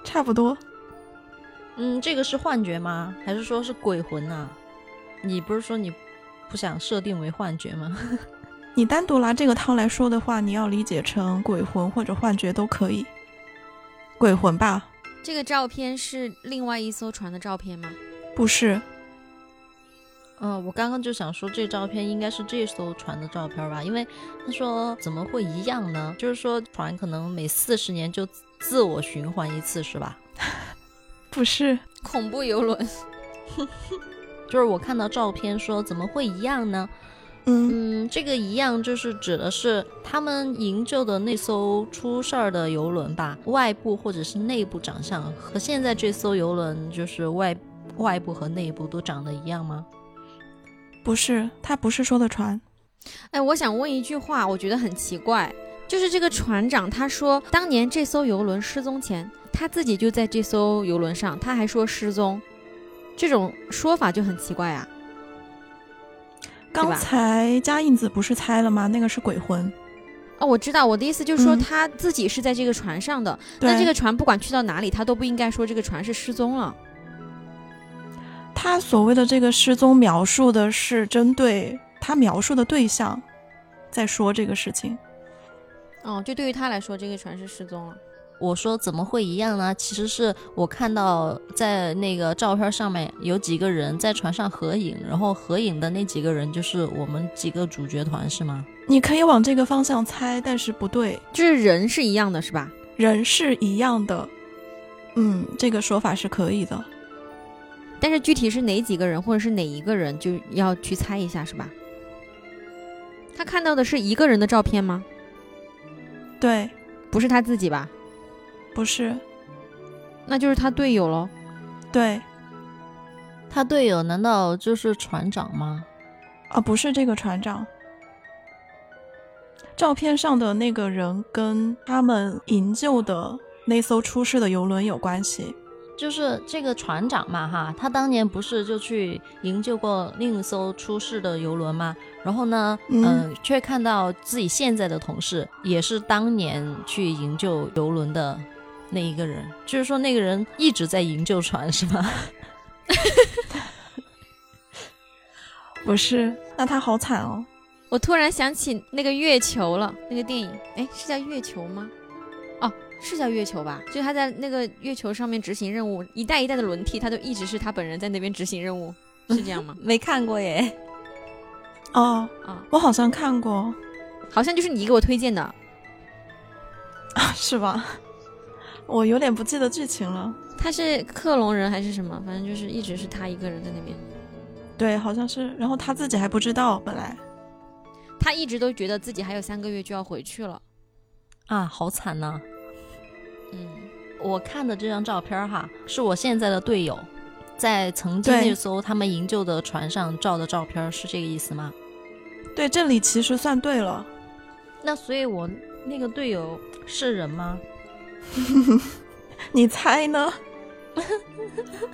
Speaker 2: 差不多。
Speaker 3: 嗯，这个是幻觉吗？还是说是鬼魂啊？你不是说你不想设定为幻觉吗？
Speaker 2: 你单独拿这个汤来说的话，你要理解成鬼魂或者幻觉都可以，鬼魂吧，
Speaker 1: 这个照片是另外一艘船的照片吗？
Speaker 2: 不是，
Speaker 3: 嗯，我刚刚就想说，这照片应该是这艘船的照片吧？因为他说怎么会一样呢？就是说船可能每四十年就自我循环一次，是吧？
Speaker 2: 不是，
Speaker 1: 恐怖游轮，
Speaker 3: 就是我看到照片说怎么会一样呢？
Speaker 2: 嗯，
Speaker 3: 嗯，这个一样就是指的是他们营救的那艘出事儿的游轮吧，外部或者是内部长相和现在这艘游轮就是外外部和内部都长得一样吗？
Speaker 2: 不是，他不是说的船，
Speaker 1: 哎，我想问一句话，我觉得很奇怪，就是这个船长他说，当年这艘游轮失踪前，他自己就在这艘游轮上，他还说失踪，这种说法就很奇怪啊。
Speaker 2: 刚
Speaker 1: 吧
Speaker 2: 才加印子不是猜了吗？那个是鬼魂，
Speaker 1: 哦，我知道，我的意思就是说
Speaker 2: 嗯
Speaker 1: 他自己是在这个船上的，
Speaker 2: 对
Speaker 1: 那这个船不管去到哪里，他都不应该说这个船是失踪了。
Speaker 2: 他所谓的这个失踪描述的是针对他描述的对象在说这个事情。
Speaker 1: 哦，就对于他来说，这个船是失踪了。
Speaker 3: 我说怎么会一样呢？其实是我看到在那个照片上面有几个人在船上合影，然后合影的那几个人就是我们几个主角团是吗？
Speaker 2: 你可以往这个方向猜，但是不对，
Speaker 1: 就是人是一样的，是吧？
Speaker 2: 人是一样的。嗯，这个说法是可以的。
Speaker 1: 但是具体是哪几个人，或者是哪一个人，就要去猜一下，是吧？他看到的是一个人的照片吗？
Speaker 2: 对，
Speaker 1: 不是他自己吧？
Speaker 2: 不是，
Speaker 1: 那就是他队友喽。
Speaker 2: 对
Speaker 3: 他队友难道就是船长吗？
Speaker 2: 啊，不是这个船长。照片上的那个人跟他们营救的那艘出事的游轮有关系。
Speaker 3: 就是这个船长嘛，哈，他当年不是就去营救过另一艘出事的游轮吗？然后呢，
Speaker 2: 嗯
Speaker 3: 呃却看到自己现在的同事也是当年去营救游轮的那一个人，就是说那个人一直在营救船，是吗？？
Speaker 2: 不是，那他好惨哦。
Speaker 1: 我突然想起那个月球了，那个电影，哎，是叫月球吗？哦，是叫月球吧？就他在那个月球上面执行任务，一代一代的轮替，他都一直是他本人在那边执行任 务，是这样吗
Speaker 3: 没看过耶。
Speaker 2: 哦，
Speaker 1: 啊、
Speaker 2: 我好像看过，
Speaker 1: 好像就是你给我推荐的，
Speaker 2: 是吧？我有点不记得剧情了。
Speaker 1: 他是克隆人还是什么？反正就是一直是他一个人在那边，
Speaker 2: 对，好像是。然后他自己还不知道，本来
Speaker 1: 他一直都觉得自己还有三个月就要回去了。
Speaker 3: 啊，好惨呐、
Speaker 1: 嗯，
Speaker 3: 我看的这张照片儿哈，是我现在的队友在曾经
Speaker 2: 对
Speaker 3: 那艘他们营救的船上照的照片儿，是这个意思吗？
Speaker 2: 对这里其实算对了。
Speaker 3: 那所以，我那个队友是人吗？
Speaker 2: 你猜呢？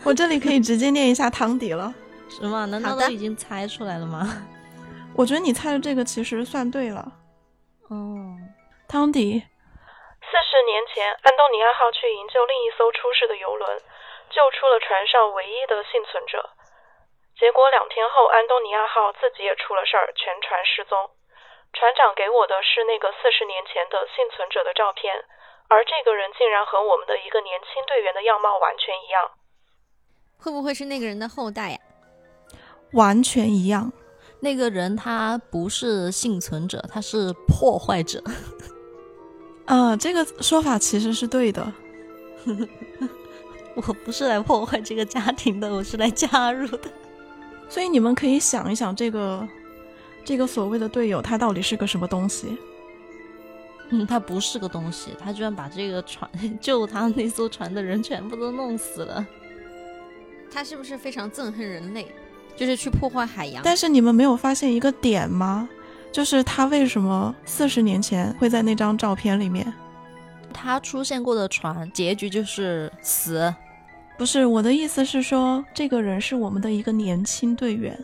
Speaker 2: 我这里可以直接念一下汤底了。
Speaker 3: 是吗？难
Speaker 1: 好
Speaker 3: 道
Speaker 1: 的
Speaker 3: 都已经猜出来了吗？
Speaker 2: 我觉得你猜的这个其实算对了。
Speaker 3: 哦，
Speaker 2: 汤底，
Speaker 4: 四十年前，安东尼亚号去营救另一艘出事的游轮，救出了船上唯一的幸存者。结果两天后，安东尼亚号自己也出了事儿，全船失踪。船长给我的是那个四十年前的幸存者的照片，而这个人竟然和我们的一个年轻队员的样貌完全一样。
Speaker 1: 会不会是那个人的后代呀、
Speaker 2: 完全一样。
Speaker 3: 那个人他不是幸存者，他是破坏者。
Speaker 2: 呃，这个说法其实是对的。
Speaker 3: 我不是来破坏这个家庭的，我是来加入的。
Speaker 2: 所以你们可以想一想，这个这个所谓的队友，他到底是个什么东西？
Speaker 3: 嗯，他不是个东西，他居然把这个船 救他那艘船的人全部都弄死了。
Speaker 1: 他是不是非常憎恨人类，就是去破坏海洋？
Speaker 2: 但是你们没有发现一个点吗？就是他为什么四十年前会在那张照片里面？
Speaker 3: 他出现过的船结局就是死，
Speaker 2: 不是我的意思是说，这个人是我们的一个年轻队员，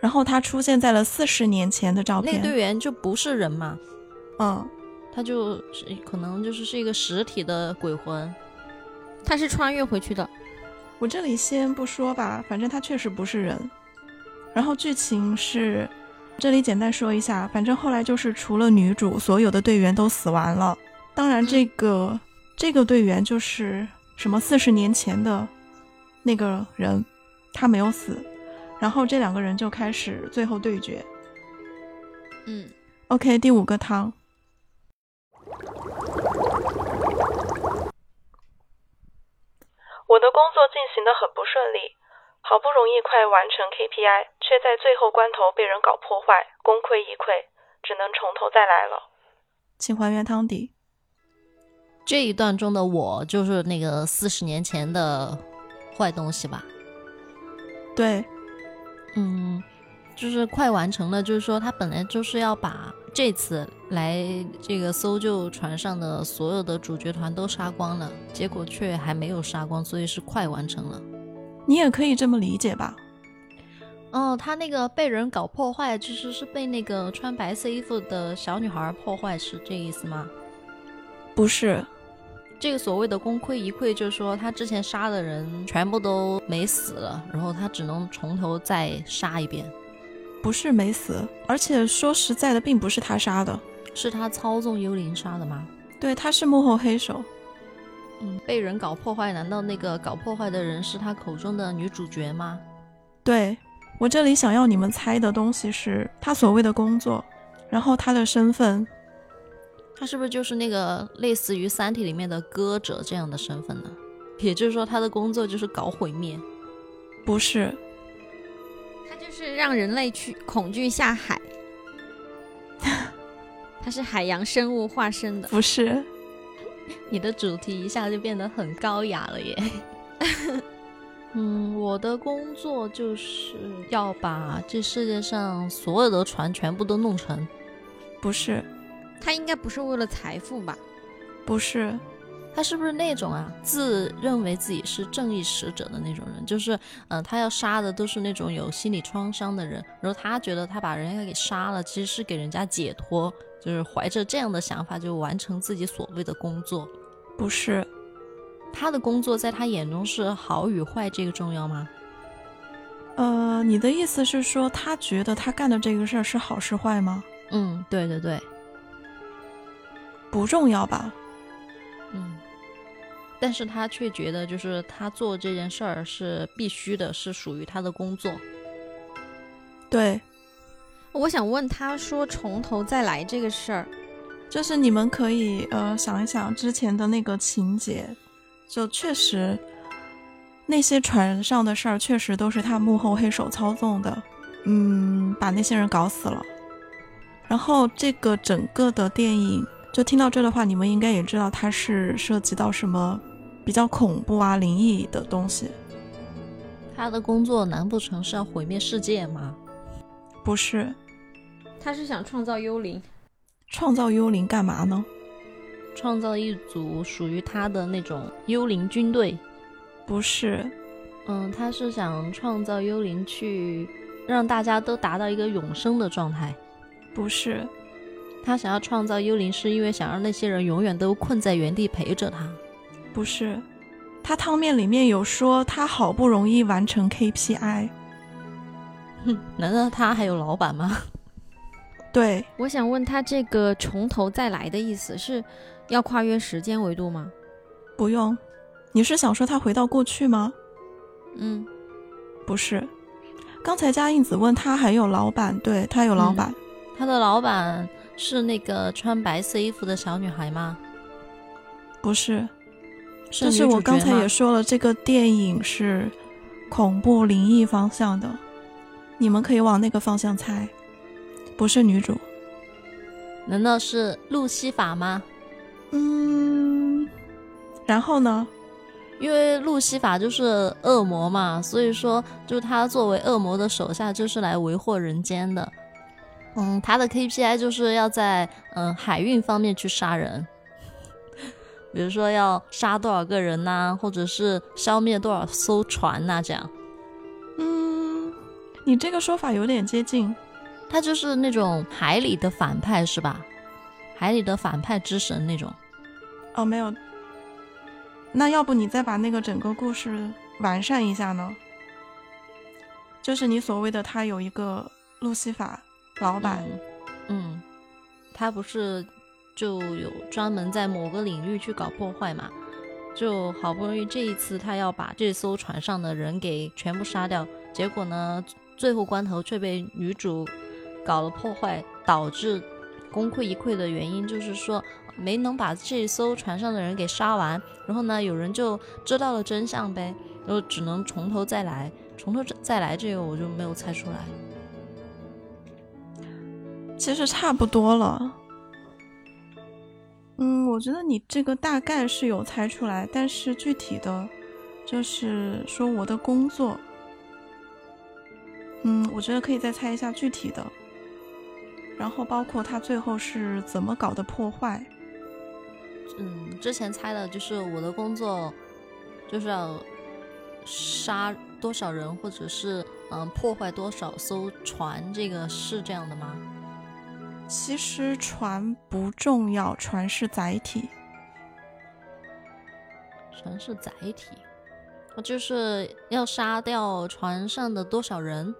Speaker 2: 然后他出现在了四十年前的照
Speaker 3: 那个
Speaker 2: 片。
Speaker 3: 队员就不是人嘛，
Speaker 2: 嗯，
Speaker 3: 他就是可能就是是一个实体的鬼魂，
Speaker 1: 他是穿越回去的，
Speaker 2: 我这里先不说吧，反正他确实不是人。然后剧情是，这里简单说一下，反正后来就是除了女主，所有的队员都死完了。当然，这个、这个队员就是什么四十年前的那个人，他没有死。然后这两个人就开始最后对决。
Speaker 1: 嗯，
Speaker 2: OK，第五个汤，
Speaker 4: 我的工作进行的很不顺利，好不容易快完成 KPI，却在最后关头被人搞破坏，功亏一篑，只能从头再来了。
Speaker 2: 请还原汤底。
Speaker 3: 这一段中的我就是那个四十年前的坏东西吧？
Speaker 2: 对，
Speaker 3: 嗯，就是快完成了，就是说他本来就是要把这次来这个搜救船上的所有的主角团都杀光了，结果却还没有杀光，所以是快完成了。
Speaker 2: 你也可以这么理解吧。
Speaker 3: 哦，他那个被人搞破坏，其实是被那个穿白色衣服的小女孩破坏，是这意思吗？
Speaker 2: 不是，
Speaker 3: 这个所谓的功亏一篑，就是说他之前杀的人全部都没死了，然后他只能从头再杀一遍，
Speaker 2: 不是没死，而且说实在的，并不是他杀的，
Speaker 3: 是他操纵幽灵杀的吗？
Speaker 2: 对，他是幕后黑手。
Speaker 3: 嗯，被人搞破坏，难道那个搞破坏的人是他口中的女主角吗？
Speaker 2: 对我这里想要你们猜的东西是他所谓的工作，然后他的身份，
Speaker 3: 他是不是就是那个类似于《三体》里面的歌者这样的身份呢？也就是说，他的工作就是搞毁灭。
Speaker 2: 不是，
Speaker 1: 他就是让人类去恐惧下海， 他是海洋生物化身的。
Speaker 2: 不是，
Speaker 3: 你的主题一下就变得很高雅了耶。 嗯，我的工作就是要把这世界上所有的船全部都弄成。
Speaker 2: 不是，
Speaker 1: 他应该不是为了财富吧？
Speaker 2: 不是，
Speaker 3: 他是不是那种啊，自认为自己是正义使者的那种人？就是，嗯、他要杀的都是那种有心理创伤的人，然后他觉得他把人家给杀了，其实是给人家解脱，就是怀着这样的想法就完成自己所谓的工作。
Speaker 2: 不是，
Speaker 3: 他的工作在他眼中是好与坏这个重要吗？
Speaker 2: 呃，你的意思是说他觉得他干的这个事儿是好是坏吗？
Speaker 3: 嗯，对对对。
Speaker 2: 不重要吧？
Speaker 3: 嗯，但是他却觉得，就是他做这件事儿是必须的，是属于他的工作。
Speaker 2: 对，
Speaker 1: 我想问他说从头再来这个事儿，
Speaker 2: 就是你们可以呃想一想之前的那个情节，就确实那些船上的事儿确实都是他幕后黑手操纵的，嗯，把那些人搞死了。然后这个整个的电影，就听到这的话，你们应该也知道它是涉及到什么比较恐怖啊、灵异的东西，
Speaker 3: 他的工作难不成是要毁灭世界吗？
Speaker 2: 不是
Speaker 1: 他是想创造幽灵。
Speaker 2: 创造幽灵干嘛呢？
Speaker 3: 创造一组属于他的那种幽灵军队？
Speaker 2: 不是，
Speaker 3: 嗯，他是想创造幽灵去让大家都达到一个永生的状态。
Speaker 2: 不是，
Speaker 3: 他想要创造幽灵，是因为想让那些人永远都困在原地陪着他。
Speaker 2: 不是，他汤面里面有说他好不容易完成 KPI，
Speaker 3: 哼，难道他还有老板吗？
Speaker 2: 对，
Speaker 1: 我想问他这个从头再来的意思是要跨越时间维度吗？
Speaker 2: 不用。你是想说他回到过去吗？
Speaker 1: 嗯，
Speaker 2: 不是，刚才佳印子问他还有老板，对他有老
Speaker 3: 嗯
Speaker 2: 板，
Speaker 3: 他的老板是那个穿白色衣服的小女孩吗？
Speaker 2: 不是，
Speaker 3: 是
Speaker 2: 就
Speaker 3: 女
Speaker 2: 是
Speaker 3: 主
Speaker 2: 我刚
Speaker 3: 角
Speaker 2: 才
Speaker 3: 吗
Speaker 2: 也说了，这个电影是恐怖灵异方向的，你们可以往那个方向猜，不是女主，
Speaker 3: 难道是路西法吗？
Speaker 2: 嗯，然后呢？
Speaker 3: 因为路西法就是恶魔嘛，所以说就他作为恶魔的手下，就是来为祸人间的。嗯，他的 KPI 就是要在嗯海运方面去杀人。比如说要杀多少个人呐、或者是消灭多少艘船呐、这样。
Speaker 2: 嗯，你这个说法有点接近。
Speaker 3: 他就是那种海里的反派是吧？海里的反派之神那种。
Speaker 2: 哦，没有。那要不你再把那个整个故事完善一下呢？就是你所谓的他有一个路西法老板，
Speaker 3: 嗯，嗯，他不是就有专门在某个领域去搞破坏嘛？就好不容易这一次他要把这艘船上的人给全部杀掉，结果呢，最后关头却被女主搞了破坏，导致功亏一篑的原因就是说没能把这艘船上的人给杀完，然后呢，有人就知道了真相呗，然后只能从头再来，从头再来这个我就没有猜出来。
Speaker 2: 其实差不多了。嗯，我觉得你这个大概是有猜出来，但是具体的，就是说我的工作，嗯，我觉得可以再猜一下具体的，然后包括他最后是怎么搞的破坏。
Speaker 3: 嗯，之前猜的就是我的工作就是要杀多少人，或者是嗯、破坏多少艘船，这个是这样的吗？
Speaker 2: 其实船不重要，船是载体。
Speaker 3: 船是载体，哦就是要杀掉船上的多少人？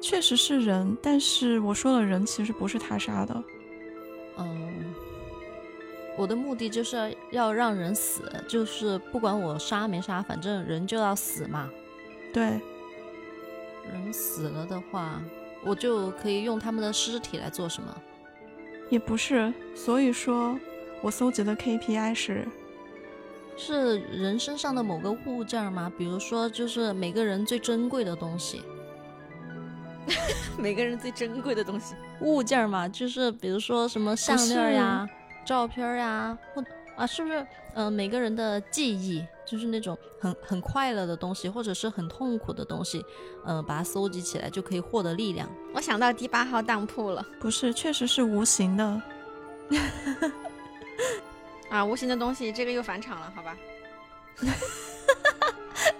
Speaker 2: 确实是人，但是我说的人其实不是他杀的。
Speaker 3: 嗯，我的目的就是要让人死，就是不管我杀没杀，反正人就要死嘛。
Speaker 2: 对，
Speaker 3: 人死了的话，我就可以用他们的尸体来做什么？
Speaker 2: 也不是。所以说，我搜集的 KPI 是，
Speaker 3: 是人身上的某个物件吗？比如说，就是每个人最珍贵的东西。
Speaker 1: 每个人最珍贵的东西。
Speaker 3: 物件儿嘛，就是比如说什么项链儿呀
Speaker 2: 不、
Speaker 3: 照片儿呀，或啊，是不是？呃，每个人的记忆，就是那种很很快乐的东西，或者是很痛苦的东西，呃，把它搜集起来就可以获得力量。
Speaker 1: 我想到第八号当铺了
Speaker 2: 不是？确实是无形的。
Speaker 1: 啊，无形的东西，这个又返场了，好吧？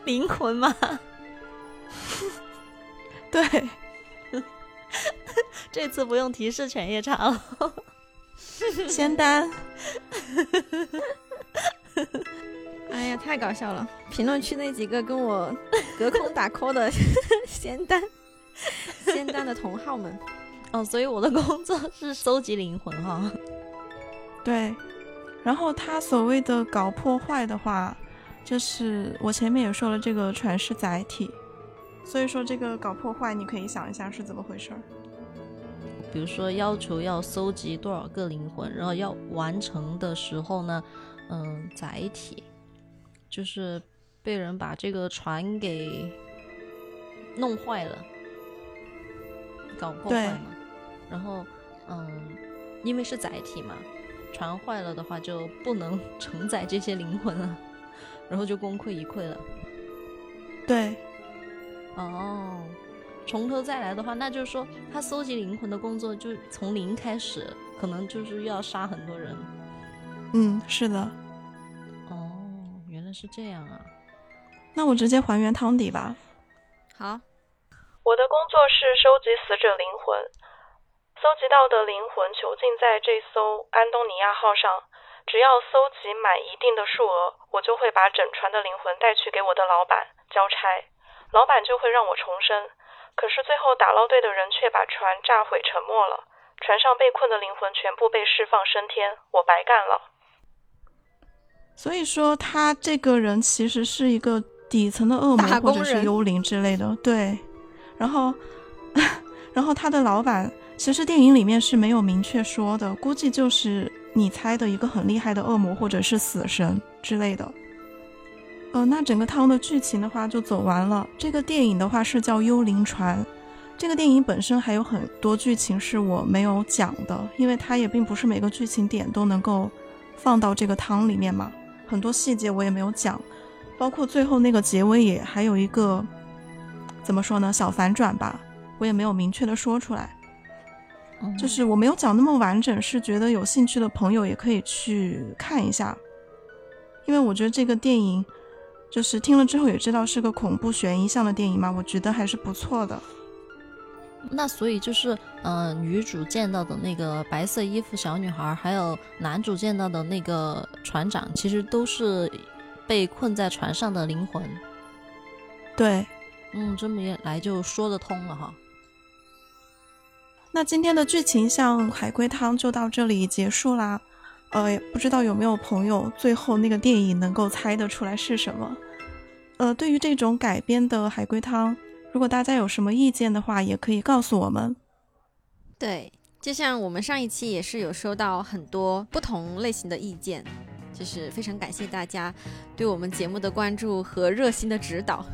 Speaker 3: 灵魂嘛，
Speaker 2: 对，
Speaker 3: 这次不用提示犬夜叉了。
Speaker 2: 仙丹。
Speaker 1: 哎呀，太搞笑了！评论区那几个跟我 隔空打 call 的 仙丹、 仙丹的同好们，
Speaker 3: 哦，所以我的工作是搜集灵魂哈、
Speaker 2: 对，然后他所谓的搞破坏的话，就是我前面也说了，这个船是载体，所以说这个搞破坏，你可以想一下是怎么回事儿。
Speaker 3: 比如说要求要搜集多少个灵魂，然后要完成的时候呢，嗯，载体就是被人把这个船给弄坏了，搞破坏嘛。然后，嗯，因为是载体嘛，船坏了的话就不能承载这些灵魂了，然后就功亏一篑了。
Speaker 2: 对，
Speaker 3: 哦，从头再来的话，那就是说他搜集灵魂的工作就从零开始，可能就是要杀很多人。
Speaker 2: 嗯，是的。
Speaker 3: 哦，原来是这样啊！
Speaker 2: 那我直接还原汤底吧。
Speaker 1: 好，
Speaker 4: 我的工作是收集死者灵魂，搜集到的灵魂囚禁在这艘安东尼亚号上。只要搜集满一定的数额，我就会把整船的灵魂带去给我的老板交差，老板就会让我重生。可是最后打捞队的人却把船炸毁沉没了，船上被困的灵魂全部被释放升天，我白干了。
Speaker 2: 所以说他这个人其实是一个底层的恶魔
Speaker 1: 打
Speaker 2: 或
Speaker 1: 工
Speaker 2: 者是
Speaker 1: 人
Speaker 2: 幽灵之类的。对，然后， 然后他的老板其实电影里面是没有明确说的，估计就是你猜的一个很厉害的恶魔或者是死神之类的。呃，那整个汤的剧情的话就走完了。这个电影的话是叫《幽灵船》，这个电影本身还有很多剧情是我没有讲的，因为它也并不是每个剧情点都能够放到这个汤里面嘛。很多细节我也没有讲，包括最后那个结尾也还有一个怎么说呢小反转吧，我也没有明确的说出来，
Speaker 3: 嗯
Speaker 2: 就是我没有讲那么完整，是觉得有兴趣的朋友也可以去看一下。因为我觉得这个电影就是听了之后也知道是个恐怖悬疑向的电影嘛，我觉得还是不错的。
Speaker 3: 那所以就是，呃，女主见到的那个白色衣服小女孩，还有男主见到的那个船长，其实都是被困在船上的灵魂。
Speaker 2: 对，
Speaker 3: 嗯，这么一来就说得通了哈。
Speaker 2: 那今天的剧情像海龟汤就到这里结束啦。呃，不知道有没有朋友最后那个电影能够猜得出来是什么？呃，对于这种改编的海龟汤，如果大家有什么意见的话，也可以告诉我们。
Speaker 1: 对，就像我们上一期也是有收到很多不同类型的意见，就是非常感谢大家对我们节目的关注和热心的指导。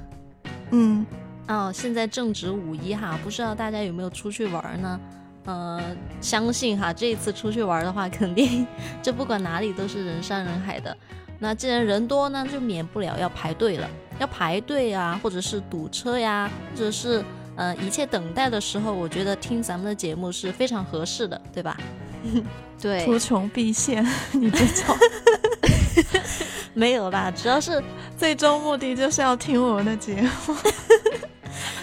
Speaker 2: 嗯，
Speaker 3: 哦，现在正值五一哈，不知道大家有没有出去玩儿呢？呃，相信哈，这一次出去玩儿的话，肯定这不管哪里都是人山人海的。那既然人多呢，就免不了要排队了，要排队啊，或者是堵车呀，或者是呃一切等待的时候，我觉得听咱们的节目是非常合适的，对吧？
Speaker 1: 对，
Speaker 2: 图穷匕现， 你这叫
Speaker 3: 没有啦，主要是
Speaker 2: 最终目的就是要听我们的节目。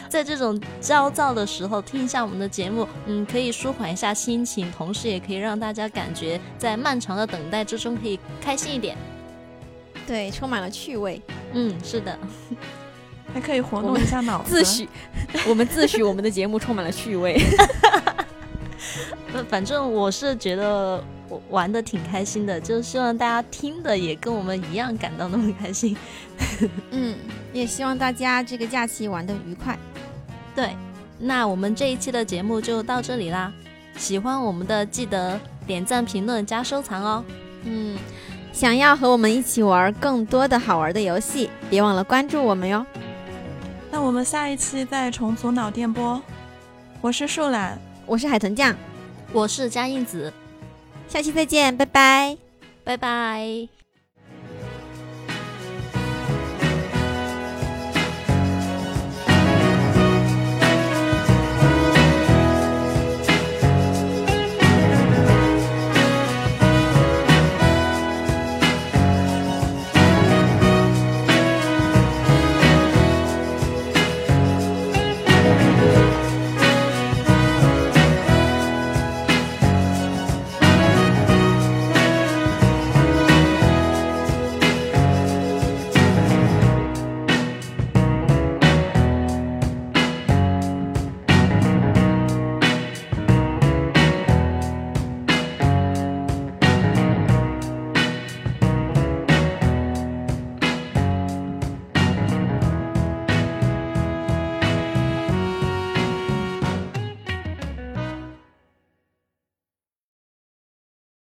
Speaker 3: 在这种焦躁的时候听一下我们的节目，嗯，可以舒缓一下心情，同时也可以让大家感觉在漫长的等待之中可以开心一点。
Speaker 1: 对，充满了趣味。
Speaker 3: 嗯，是的，
Speaker 2: 还可以活动一下脑
Speaker 1: 自
Speaker 2: 子。
Speaker 1: 诩， 我们自诩我们的节目充满了趣味。
Speaker 3: 呃反正我是觉得我玩的挺开心的，就希望大家听的也跟我们一样感到那么开心。
Speaker 1: 嗯，也希望大家这个假期玩的愉快。
Speaker 3: 对，那我们这一期的节目就到这里啦，喜欢我们的记得点赞、评论、加收藏哦。
Speaker 1: 嗯，想要和我们一起玩更多的好玩的游戏，别忘了关注我们哟。
Speaker 2: 那我们下一期再重组脑电波。我是树懒，
Speaker 1: 我是海豚酱，
Speaker 3: 我是佳印子，
Speaker 1: 下期再见，拜拜。
Speaker 3: 拜拜。